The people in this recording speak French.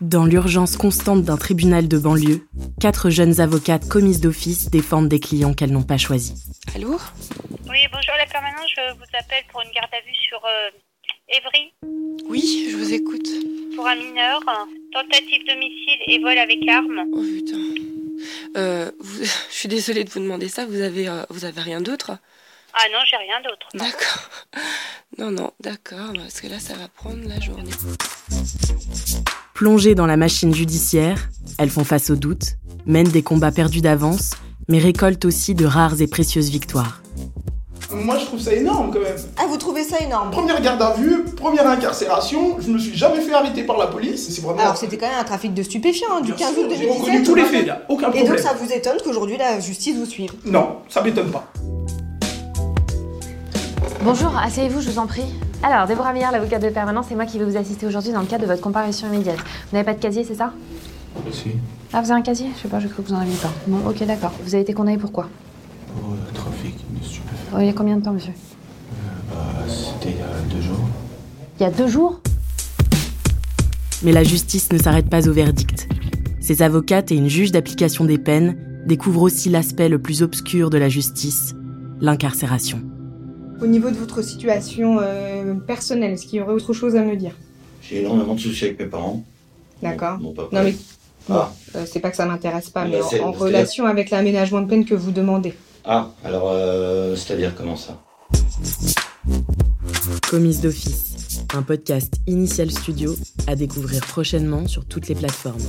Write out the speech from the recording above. Dans l'urgence constante d'un tribunal de banlieue, quatre jeunes avocates commises d'office défendent des clients qu'elles n'ont pas choisis. Allô Oui, bonjour la permanence, je vous appelle pour une garde à vue sur euh, Évry Oui, je vous écoute. pour un mineur, tentative d'homicide et vol avec arme. Oh putain. Euh, vous- je suis désolée de vous demander ça, vous avez, euh, vous avez rien d'autre Ah non, j'ai rien d'autre. non. D'accord. Non, non, d'accord, parce que là, ça va prendre la journée. Plongées dans la machine judiciaire, elles font face aux doutes, mènent des combats perdus d'avance, mais récoltent aussi de rares et précieuses victoires. Moi, je trouve ça énorme quand même. Ah, vous trouvez ça énorme Première garde à vue, première incarcération, je me suis jamais fait arrêter par la police. C'est vraiment. Alors, c'était quand même un trafic de stupéfiants, hein, du Bien 15 sûr, août J'ai reconnu 2017. tous les faits, il a aucun Et donc, problème. ça vous étonne qu'aujourd'hui la justice vous suive Non, ça m'étonne pas. Bonjour, asseyez-vous, je vous en prie. Alors, Déborah Meillard, l'avocate de permanence, c'est moi qui vais vous assister aujourd'hui dans le cadre de votre comparution immédiate. Vous n'avez pas de casier, c'est ça Si, Ah, vous avez un casier Je sais pas, je crois que vous en aviez pas. Bon, ok, d'accord. Vous avez été condamné pour quoi pour euh, trafic de stupéfiants. Oh, Il y a combien de temps, monsieur Bah, c'était il y a deux jours. Il y a deux jours Mais la justice ne s'arrête pas au verdict. Ces avocates et une juge d'application des peines découvrent aussi l'aspect le plus obscur de la justice, l'incarcération. Au niveau de votre situation euh, personnelle, est-ce qu'il y aurait autre chose à me dire J'ai énormément de soucis avec mes parents. D'accord. Mon papa. Non mais Ah, euh, c'est pas que ça m'intéresse pas, Bah, mais c'est- en, en c'est- relation avec l'aménagement de peine que vous demandez. ah alors, euh, c'est-à-dire comment ça Commise d'office, un podcast Initial Studio à découvrir prochainement sur toutes les plateformes.